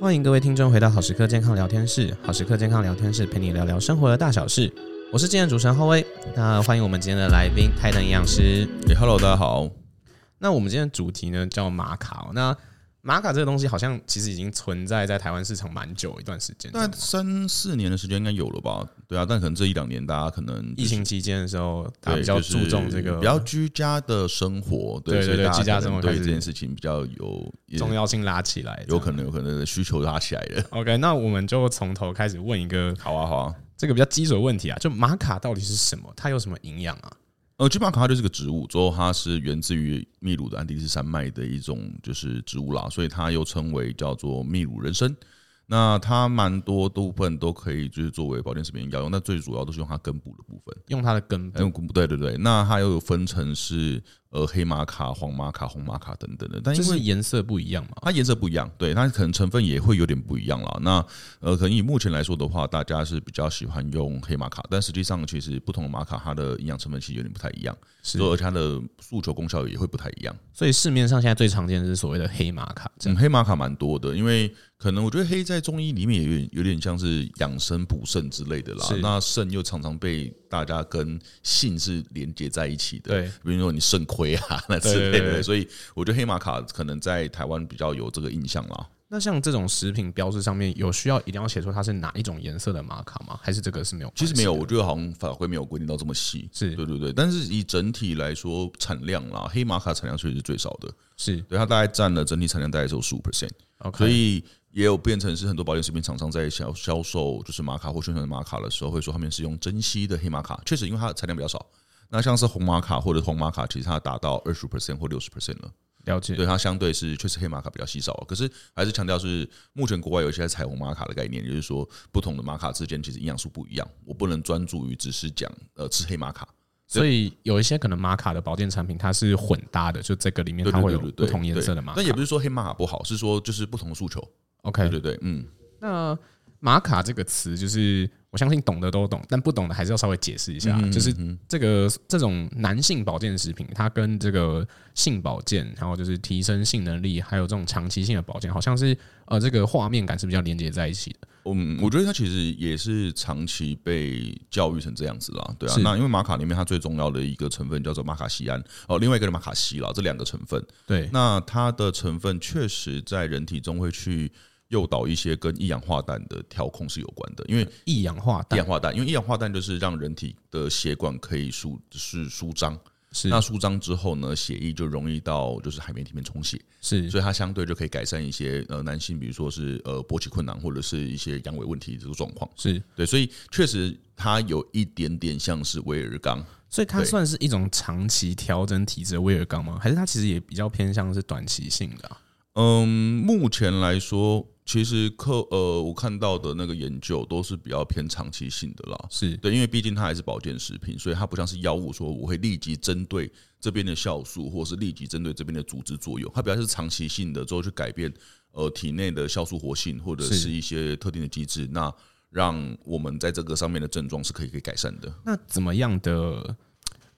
欢迎各位听众回到好时刻健康聊天室。好时刻健康聊天室陪你聊聊生活的大小事。我是今天的主持人浩威。那欢迎我们今天的来宾泰腾营养师。诶 h e l l o 大家好。那我们今天的主题呢叫玛卡哦、那玛卡这个东西好像其实已经存在在台湾市场蛮久一段时间，大概三四年的时间应该有了吧？对啊，但可能这一两年大家可能疫情期间的时候，大家对比较就是注重这个比较居家的生活，对所对以对大家居家可能生活开对始这件事情比较有也重要性拉起来，有可能有可能需求拉起来了。 OK，那我们就从头开始问一个好啊，好啊。这个比较基础的问题啊，就玛卡到底是什么？它有什么营养啊？呃，金马卡它就是个植物，之后它是源自于秘鲁的安第斯山脉的一种就是植物啦，所以它又称为叫做秘鲁人参。那它蛮多部分都可以就是作为保健食品药用，那最主要都是用它根部的部分。用它的根还部有古对对对，那它又有分成是呃黑玛卡、黄玛卡、红玛卡等等的，但就呃因是为颜色不一样嘛。它颜色不一样，对它可能成分也会有点不一样啦。那呃，可能以目前来说的话，大家是比较喜欢用黑玛卡，但实际上其实不同的玛卡它的营养成分其实有点不太一样，是所以而且它的诉求功效也会不太一样。所以市面上现在最常见的是所谓的黑玛卡，这样嗯，黑玛卡蛮多的，因为可能我觉得黑在中医里面也有点有点像是养生补肾之类的啦是。那肾又常常被大家跟性是连接在一起的，对，比如说你肾亏啊 那对之对类对对的，所以我觉得黑玛卡可能在台湾比较有这个印象啦。那像这种食品标志上面有需要一定要写出它是哪一种颜色的玛卡吗？还是这啊个是没有关其系的？实没有，我觉得好像法规没有规定到这么细。是对对对，但是以整体来说，产量啦，黑玛卡产量确实是最少的，是对它大概占了整体产量大概只有十五 percent。 OK，所以也有变成是很多保健食品厂商在销销售就是玛卡或宣传玛卡的时候，会说他们是用珍稀的黑玛卡，确实因为它的产量比较少。那像是红玛卡或者红玛卡，其实它达到二十 percent 或六十 percent 了，了解对它相对是确实黑玛卡比较稀少。啊可是还是强调是目前国外有一些彩虹玛卡的概念，也就是说不同的玛卡之间其实营养素不一样，我不能专注于只是讲呃吃黑玛卡，所以有一些可能玛卡的保健产品它是混搭的，就这个里面对它对会对有对不对，同颜对色的玛卡哎但也。不是说黑玛卡不好，是说就是不同的诉求，对 OK，对对，嗯。那玛卡这个词，就是我相信懂的都懂，但不懂的还是要稍微解释一下。嗯就是这个这种男性保健食品，它跟这个性保健，然后就是提升性能力，还有这种长期性的保健，好像是呃这个画面感是比较连接在一起的。嗯，我觉得它其实也是长期被教育成这样子啦，对啊是。那因为玛卡里面它最重要的一个成分叫做玛卡西胺，哦，另外一个是玛卡西啦，这两个成分，对，那它的成分确实在人体中会去诱导一些跟一氧化氮的调控是有关的，因为一氧化一氮氧化氮，因为一氧化氮就是让人体的血管可以舒是舒张，是那舒张之后呢，血液就容易到就是海绵体里面充血，是所以它相对就可以改善一些呃男性，比如说是呃勃起困难或者是一些阳痿问题这个状况。是，对，所以确实它有一点点像是威尔刚，所以它对算是一种长期调整体质的威尔刚吗？还是它其实也比较偏向是短期性的啊、嗯，目前来说，其实科呃我看到的那个研究都是比较偏长期性的啦。是对，因为毕竟它还是保健食品，所以它不像是药物，说我会立即针对这边的酵素，或是立即针对这边的组织作用。它比较是长期性的，之后去改变呃体内的酵素活性，或者是是一些特定的机制，那让我们在这个上面的症状是可以可以改善的。那怎么样的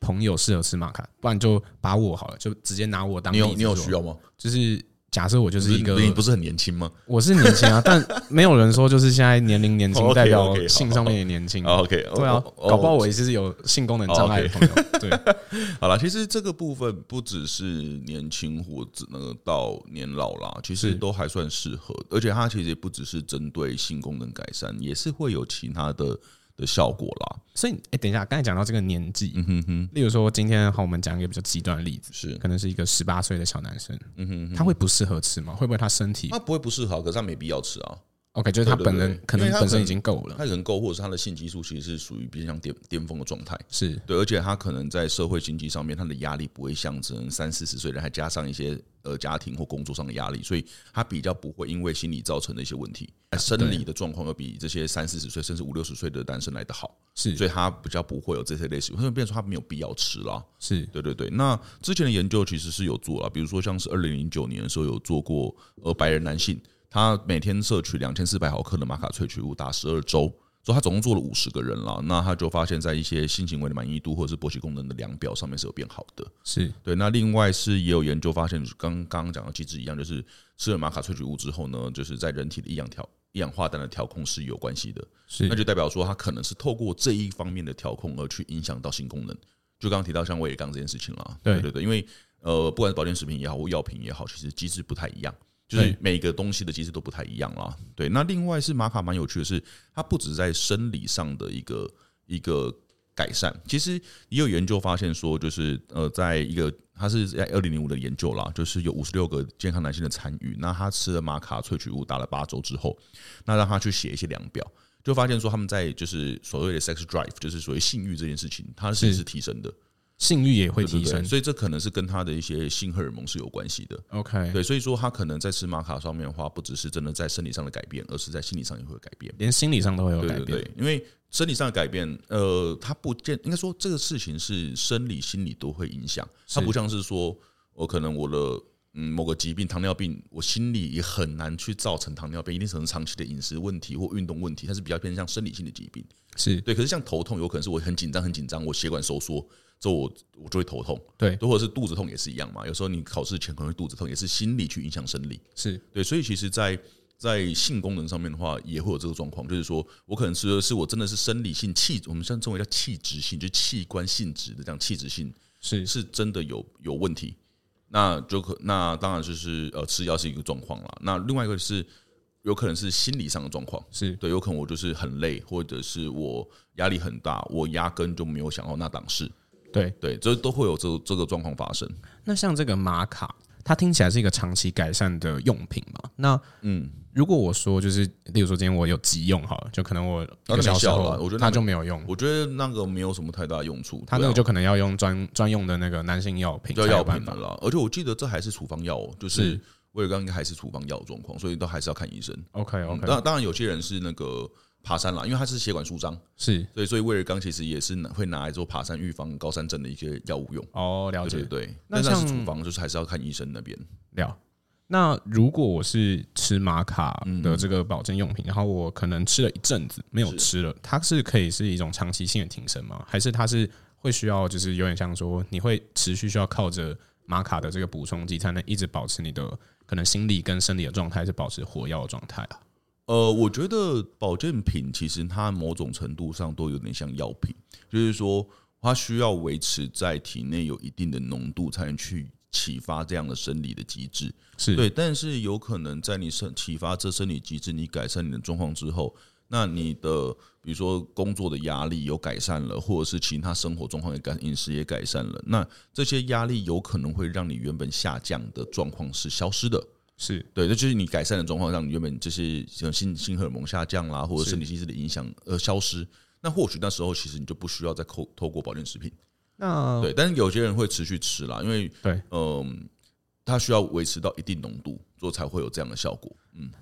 朋友适合吃玛卡？不然就把我好了，就直接拿我当你有例子你有说需要吗？就是假设我就是一个，你不是很年轻吗我是年轻啊，但没有人说就是现在年龄年轻 OK，OK，代表好性上面也年轻。 哦？OK，对啊，哦搞不好我也是有性功能障碍的朋友。对，好啦，其实这个部分不只是年轻或者那个到年老啦，其实是都还算适合，而且它其实也不只是针对性功能改善，也是会有其他的的效果啦。所以哎、诶等一下，刚才讲到这个年纪，嗯哼哼，例如说今天好，我们讲一个比较极端的例子，是，可能是一个十八岁的小男生，嗯哼哼，他会不适合吃吗？会不会他身体它不会不适合，可是它没必要吃啊， OK？就是他对对本对人可能因为他本可身能已经够了，它人够或者是它的性激素其实是属于比较像巅巅峰的状态。是对，而且他可能在社会经济上面，他的压力不会像只能三四十岁人，还加上一些呃家庭或工作上的压力，所以他比较不会因为心理造成的一些问题，生理的状况要比这些三四十岁甚至五六十岁的单身来得好，是所以他比较不会有这些类似，所以变成说他没有必要吃啦。是对对对，那之前的研究其实是有做啊了，比如说像是二零零九年的时候有做过，呃，白人男性他每天摄取两千四百毫克的玛卡萃取物达十二周，所以他总共做了五十个人了。那他就发现，在一些性行为的满意度或者是勃起功能的量表上面是有变好的。是对，那另外是也有研究发现，刚刚刚讲的机制一样，就是吃了玛卡萃取物之后呢，就是在人体的一氧调一氧化氮的调控是有关系的。是那就代表说它可能是透过这一方面的调控而去影响到性功能。就刚刚提到像胃杠这件事情啦，对对对对，因为呃，不管是保健食品也好或药品也好，其实机制不太一样，就是对每个东西的机制都不太一样啦。对，那另外是玛卡蛮有趣的是，它不止在生理上的一个一个改善，其实也有研究发现说，就是呃，在一个它是在二零零五的研究啦，就是有五十六个健康男性的参与，那他吃了玛卡萃取物达了八周之后，那让他去写一些量表，就发现说他们在就是所谓的 sex drive，就是所谓性欲这件事情，它是是是提升的，性欲也会对对提对升。所以这可能是跟他的一些性荷尔蒙是有关系的。 OK，对，所以说他可能在吃玛卡上面的话，不只是真的在生理上的改变，而是在心理上也会有改变。连心理上都会有改对对变。对，因为生理上的改变，呃，它不见应该说这个事情是生理、心理都会影响，它是不像是说我可能我的嗯某个疾病糖尿病，我心理也很难去造成糖尿病，一定可能长期的饮食问题或运动问题，它是比较偏向生理性的疾病。是对，可是像头痛，有可能是我很紧张、很紧张，我血管收缩之后我我就会头痛，对或者是肚子痛也是一样嘛。有时候你考试前可能会肚子痛，也是心理去影响生理。是对，所以其实在，在性功能上面的话，也会有这个状况，就是说我可能吃的是我真的是生理性气，我们现在称为叫气质性，就是器官性质的这样气质性是是真的有有问题，那就可那当然就是呃吃药是一个状况啦。那另外一个是有可能是心理上的状况，是对，有可能我就是很累，或者是我压力很大，我压根就没有想要那档事，对。对，这都会有这这个状况发生。那像这个玛卡，它听起来是一个长期改善的用品嘛？那嗯，如果我说就是，例如说今天我有急用好了，就可能我一那个没小时效后了，我觉得它那没就没有用，我觉得那个没有什么太大的用处，它对那啊个就可能要用专专用的那个男性药品才叫有药办品法的。啦。而且我记得这还是处方药哦，就是是我有刚应该还是处方药的状况，所以都还是要看医生。 OK 嗯 OK，、当当然有些人是那个爬山啦，因为他是血管舒张，是所以所以威尔刚其实也是拿会拿来做爬山预防高山症的一些药物用。哦，了对解对对，那但是它是像处方，就是还是要看医生那边。了。那如果我是吃玛卡的这个保健用品，然后我可能吃了一阵子没有吃了，它是可以是一种长期性的提升吗？还是它是会需要就是有点像说你会持续需要靠着玛卡的这个补充剂才能一直保持你的可能心理跟生理的状态是保持活跃的状态啊？呃，我觉得保健品其实它某种程度上都有点像药品，就是说它需要维持在体内有一定的浓度，才能去启发这样的生理的机制。是对，但是有可能在你生启发这生理机制，你改善你的状况之后，那你的比如说工作的压力有改善了，或者是其他生活状况也改，饮食也改善了，那这些压力有可能会让你原本下降的状况是消失的。是对，那就是你改善的状况，让你原本就是呃性性荷尔蒙下降啦，或者生理机制的影响呃消失。那或许那时候其实你就不需要再透透过保健食品，那对。但是有些人会持续吃啦，因为对，嗯、它需要维持到一定浓度，所以才会有这样的效果。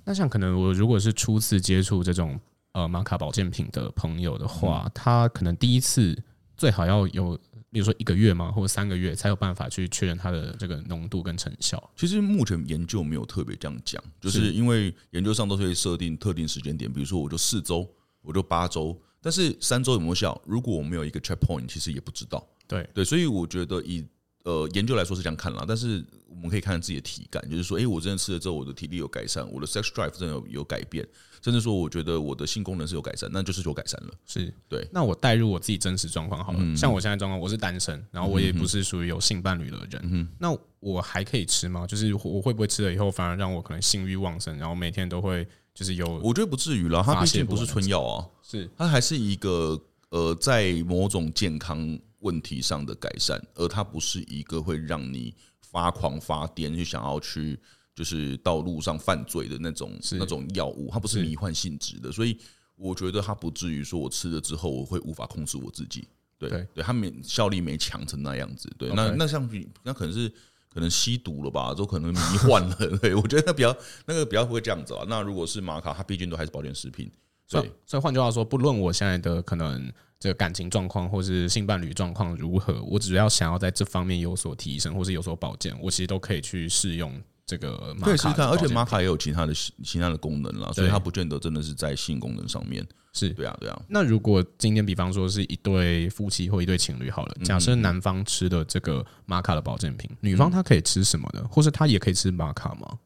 那像可能我如果是初次接触这种呃玛卡保健品的朋友的话，他可能第一次最好要有，例如说一个月嘛，或者三个月才有办法去确认它的这个浓度跟成效。其实目前研究没有特别这样讲，就是是因为研究上都是会设定特定时间点，比如说我就四周，我就八周，但是三周有没有效？如果我没有一个 checkpoint，其实也不知道。对对，所以我觉得以呃研究来说是这样看啦，但是我们可以看自己的体感，就是说，诶，我真的吃了之后，我的体力有改善，我的 sex drive 真的有有改变，甚至说我觉得我的性功能是有改善，那就是有改善了。是对那我带入我自己真实状况好了，像我现在状况，我是单身，然后我也不是属于有性伴侣的人，那我还可以吃吗？就是我我会不会吃了以后，反而让我可能性欲旺盛，然后每天都会就是有我觉得不至于啦，它发毕泄竟不不是完春药啊，是它还是一个呃，在某种健康问题上的改善，而它不是一个会让你发狂发癫，就想要去就是道路上犯罪的那种那种药物，它不是是迷幻性质的，所以我觉得它不至于说我吃了之后我会无法控制我自己。对对对，它没效力没强成那样子。对，那 OK 那像比那可能是可能吸毒了吧，都可能迷幻了。 对我觉得那比较那个比较不会这样子啊。那如果是玛卡，它毕竟都还是保健食品，所对以，所以换句话说，不论我现在的可能这个感情状况或是性伴侣状况如何，我只要想要在这方面有所提升或是有所保健，我其实都可以去试用这个玛可以试卡的试保看，而健且品。玛卡也有其他的其他的功能啦，所以对它不见得真的是在性功能上面。是对啊，对啊，那如果今天比方说是一对夫妻或一对情侣好了，假设男方吃的这个玛卡的保健品，女方她可以吃什么呢？或是她也可以吃玛卡吗？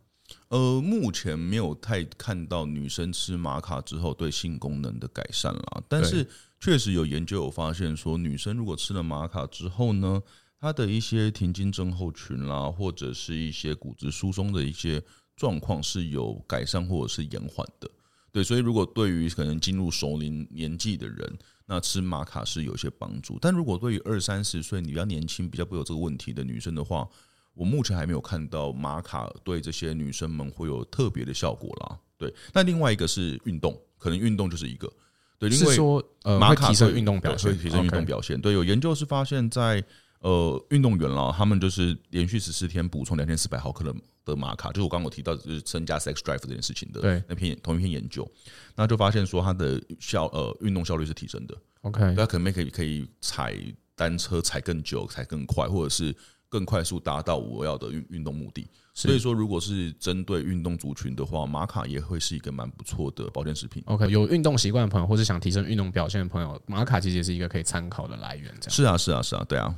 呃，目前没有太看到女生吃玛卡之后对性功能的改善啦，但是确实有研究有发现说，女生如果吃了玛卡之后呢，她的一些停经症候群啦，或者是一些骨质疏松的一些状况是有改善或者是延缓的。对，所以如果对于可能进入熟龄年纪的人，那吃玛卡是有一些帮助。但如果对于二三十岁你比较年轻、比较不会有这个问题的女生的话，我目前还没有看到玛卡对这些女生们会有特别的效果啦。对，那另外一个是运动，可能运动就是一个对，因是为说呃，玛会卡提升会运动表对现，会提升运动 OK。表现。对，有研究是发现在，呃运动员啦，他们就是连续十四天补充两千四百毫克的的玛卡，就是我刚刚有提到就是增加 sex drive 这件事情的对那篇同一篇研究，那就发现说它的效呃运动效率是提升的， OK，他可能可以可以踩单车踩更久、踩更快，或者是更快速达到我要的运运动目的。是所以说，如果是针对运动族群的话，玛卡也会是一个蛮不错的保健食品。 OK，有运动习惯的朋友，或是想提升运动表现的朋友，玛卡其实也是一个可以参考的来源。这样是啊，是啊，是啊，对啊。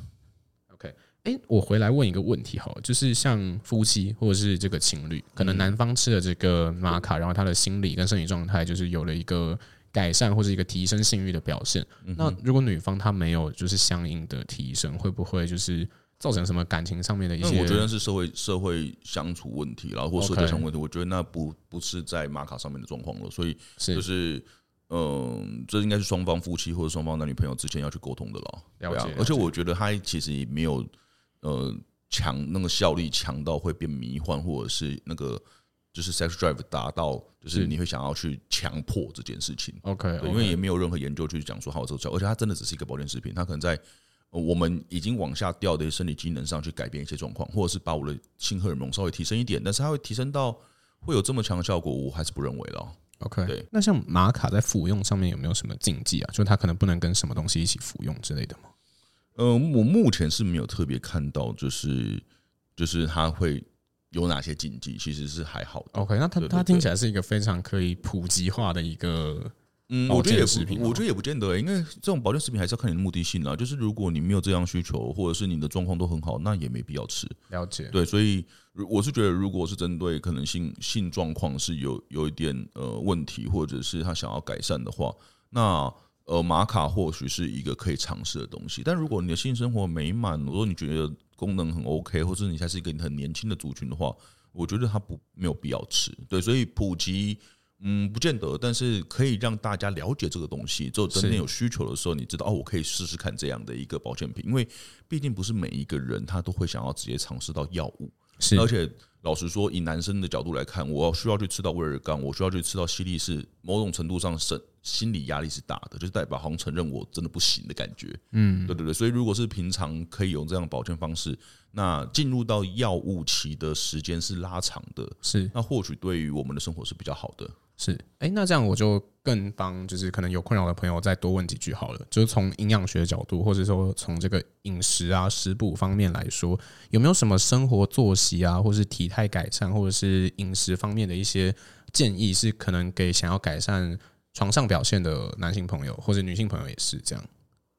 OK，哎、我回来问一个问题好了，就是像夫妻或者是这个情侣，可嗯能男方吃了这个玛卡，然后他的心理跟生理状态就是有了一个改善或者一个提升性欲的表现。嗯那如果女方她没有就是相应的提升，会不会就是造成什么感情上面的一那些？我觉得是社会社会相处问题啦，然后或 OK 社交上问题，我觉得那不不是在玛卡上面的状况了，所以是就是。嗯，这应该是双方夫妻或者双方男女朋友之间要去沟通的了。了对解啊了解而且我觉得它其实也没有呃强那个效力强到会变迷幻，或者是那个就是 sex drive 达到就是是你会想要去强迫这件事情。 OK，, 对，因为也没有任何研究去讲说它有这个效果，而且它真的只是一个保健食品，它可能在呃我们已经往下掉的生理机能上去改变一些状况，或者是把我的性荷尔蒙稍微提升一点，但是它会提升到会有这么强的效果，我还是不认为了。 OK，对那像玛卡在服用上面有没有什么禁忌啊？就它可能不能跟什么东西一起服用之类的吗？呃，我目前是没有特别看到，就是就是它会有哪些禁忌，其实是还好的。 OK，那它哦对对它对听起来是一个非常可以普及化的一个嗯，保我觉得健也食品不，吗我觉得也不见得、欸因为这种保健食品还是要看你的目的性啦。就是如果你没有这样需求，或者是你的状况都很好，那也没必要吃。了解。对，所以如我是觉得，如果是针对可能性性状况是有有一点呃问题，或者是他想要改善的话，那呃玛卡或许是一个可以尝试的东西。但如果你的性生活美满，如果你觉得功能很 OK，或者你还是一个很年轻的族群的话，我觉得它不没有必要吃。对，所以普及。嗯，不见得，但是可以让大家了解这个东西。只有真正是有需求的时候，你知道哦，我可以试试看这样的一个保健品，因为毕竟不是每一个人他都会想要直接尝试到药物。是而且老实说，以男生的角度来看，我需要去吃到威尔刚，我需要去吃到西力士，某种程度上是心理压力是大的，就是代表好像承认我真的不行的感觉。嗯，对对对，所以如果是平常可以用这样的保健方式，那进入到药物期的时间是拉长的，是那或许对于我们的生活是比较好的。是，哎、那这样我就更帮就是可能有困扰的朋友再多问几句好了。就是从营养学角度，或者说从这个饮食啊、食补方面来说，有没有什么生活作息啊，或是体态改善，或者是饮食方面的一些建议，是可能给想要改善床上表现的男性朋友或者女性朋友也是这样？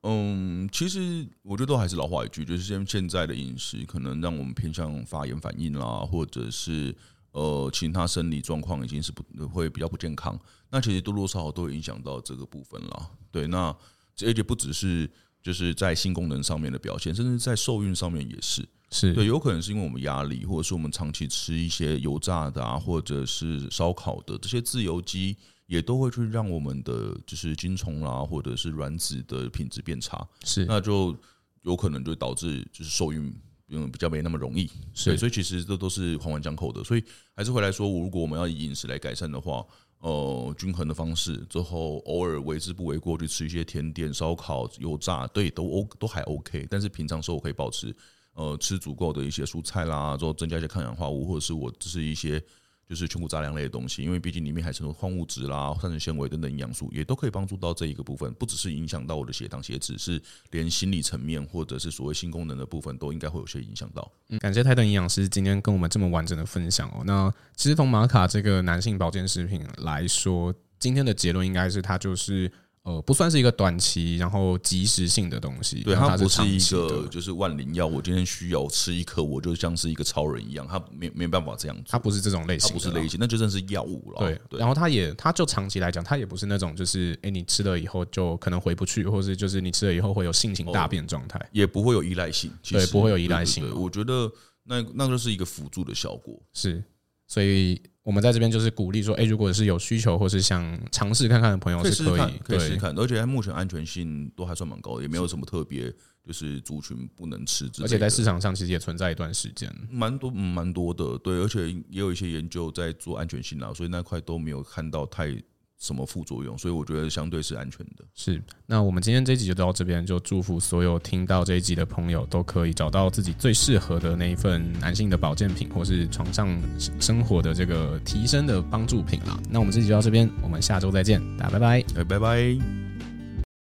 嗯，其实我觉得都还是老话一句，就是现现在的饮食可能让我们偏向发炎反应啦，或者是呃其他生理状况已经是不会比较不健康。那其实多多少少都会影响到这个部分啦。对，那而且不只是就是在性功能上面的表现，甚至在受孕上面也是。是对，有可能是因为我们压力，或者是我们长期吃一些油炸的啊，或者是烧烤的这些自由基，也都会去让我们的就是精虫啦，或者是卵子的品质变差，是那就有可能就导致就是受孕。嗯，比较没那么容易，对，是所以其实这都是环环相扣的。所以还是回来说，如果我们要以饮食来改善的话，呃，均衡的方式，之后偶尔为之不为过，去吃一些甜点、烧烤、油炸，对，都 O 都还 OK。但是平常时候我可以保持，呃，吃足够的一些蔬菜啦，之后增加一些抗氧化物，或者是我吃一些就是全谷杂粮类的东西，因为毕竟里面还含有矿物质啦、膳食纤维等等营养素，也都可以帮助到这一个部分，不只是影响到我的血糖、血脂，是连心理层面或者是所谓性功能的部分，都应该会有些影响到。感谢泰顿营养师今天跟我们这么完整的分享哦。那其实从玛卡这个男性保健食品来说，今天的结论应该是，它就是呃，不算是一个短期，然后及时性的东西。对，然后它它不是长一期个的，就是万灵药，我今天需要吃一颗，我就像是一个超人一样，它没没办法这样它做，不是这种类它型的不啦，是类型，那就真是药物了。对，对然后它也，它就长期来讲，它也不是那种就是，哎、你吃了以后就可能回不去，或是就是你吃了以后会有性情哦大变状态。也不会有依赖性，其实对不会有依赖性对对对我觉得那那就是一个辅助的效果。是，所以我们在这边就是鼓励说，哎、如果是有需求或是想尝试看看的朋友哦可以是试试可看以，，可以试试对，看，而且它目前安全性都还算蛮高的，也没有什么特别就是族群不能吃之而类的。且在市场上其实也存在一段时间。蛮多嗯蛮多的，对，而且也有一些研究在做安全性啦，所以那块都没有看到太什么副作用，所以我觉得相对是安全的。是，那我们今天这一集就到这边，就祝福所有听到这一集的朋友都可以找到自己最适合的那一份男性的保健品，或是床上生活的这个提升的帮助品啦。那我们这集就到这边，我们下周再见，大家拜拜。哎，拜拜。